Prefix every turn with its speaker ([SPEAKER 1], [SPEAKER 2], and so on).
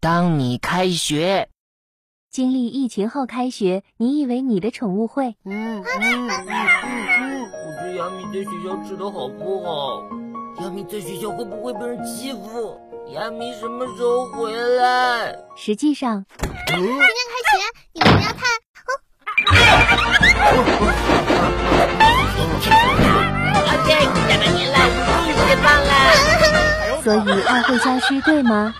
[SPEAKER 1] 当你开学，
[SPEAKER 2] 经历疫情后开学，你以为你的宠物会？
[SPEAKER 3] 嗯嗯嗯嗯
[SPEAKER 4] 我对亚米在学校吃的好不好？亚米在学校会不会被人欺负？亚米什么时候回来？
[SPEAKER 2] 实际上，
[SPEAKER 3] 今天开学，你们不要太……
[SPEAKER 2] 所以爱会消失，对吗？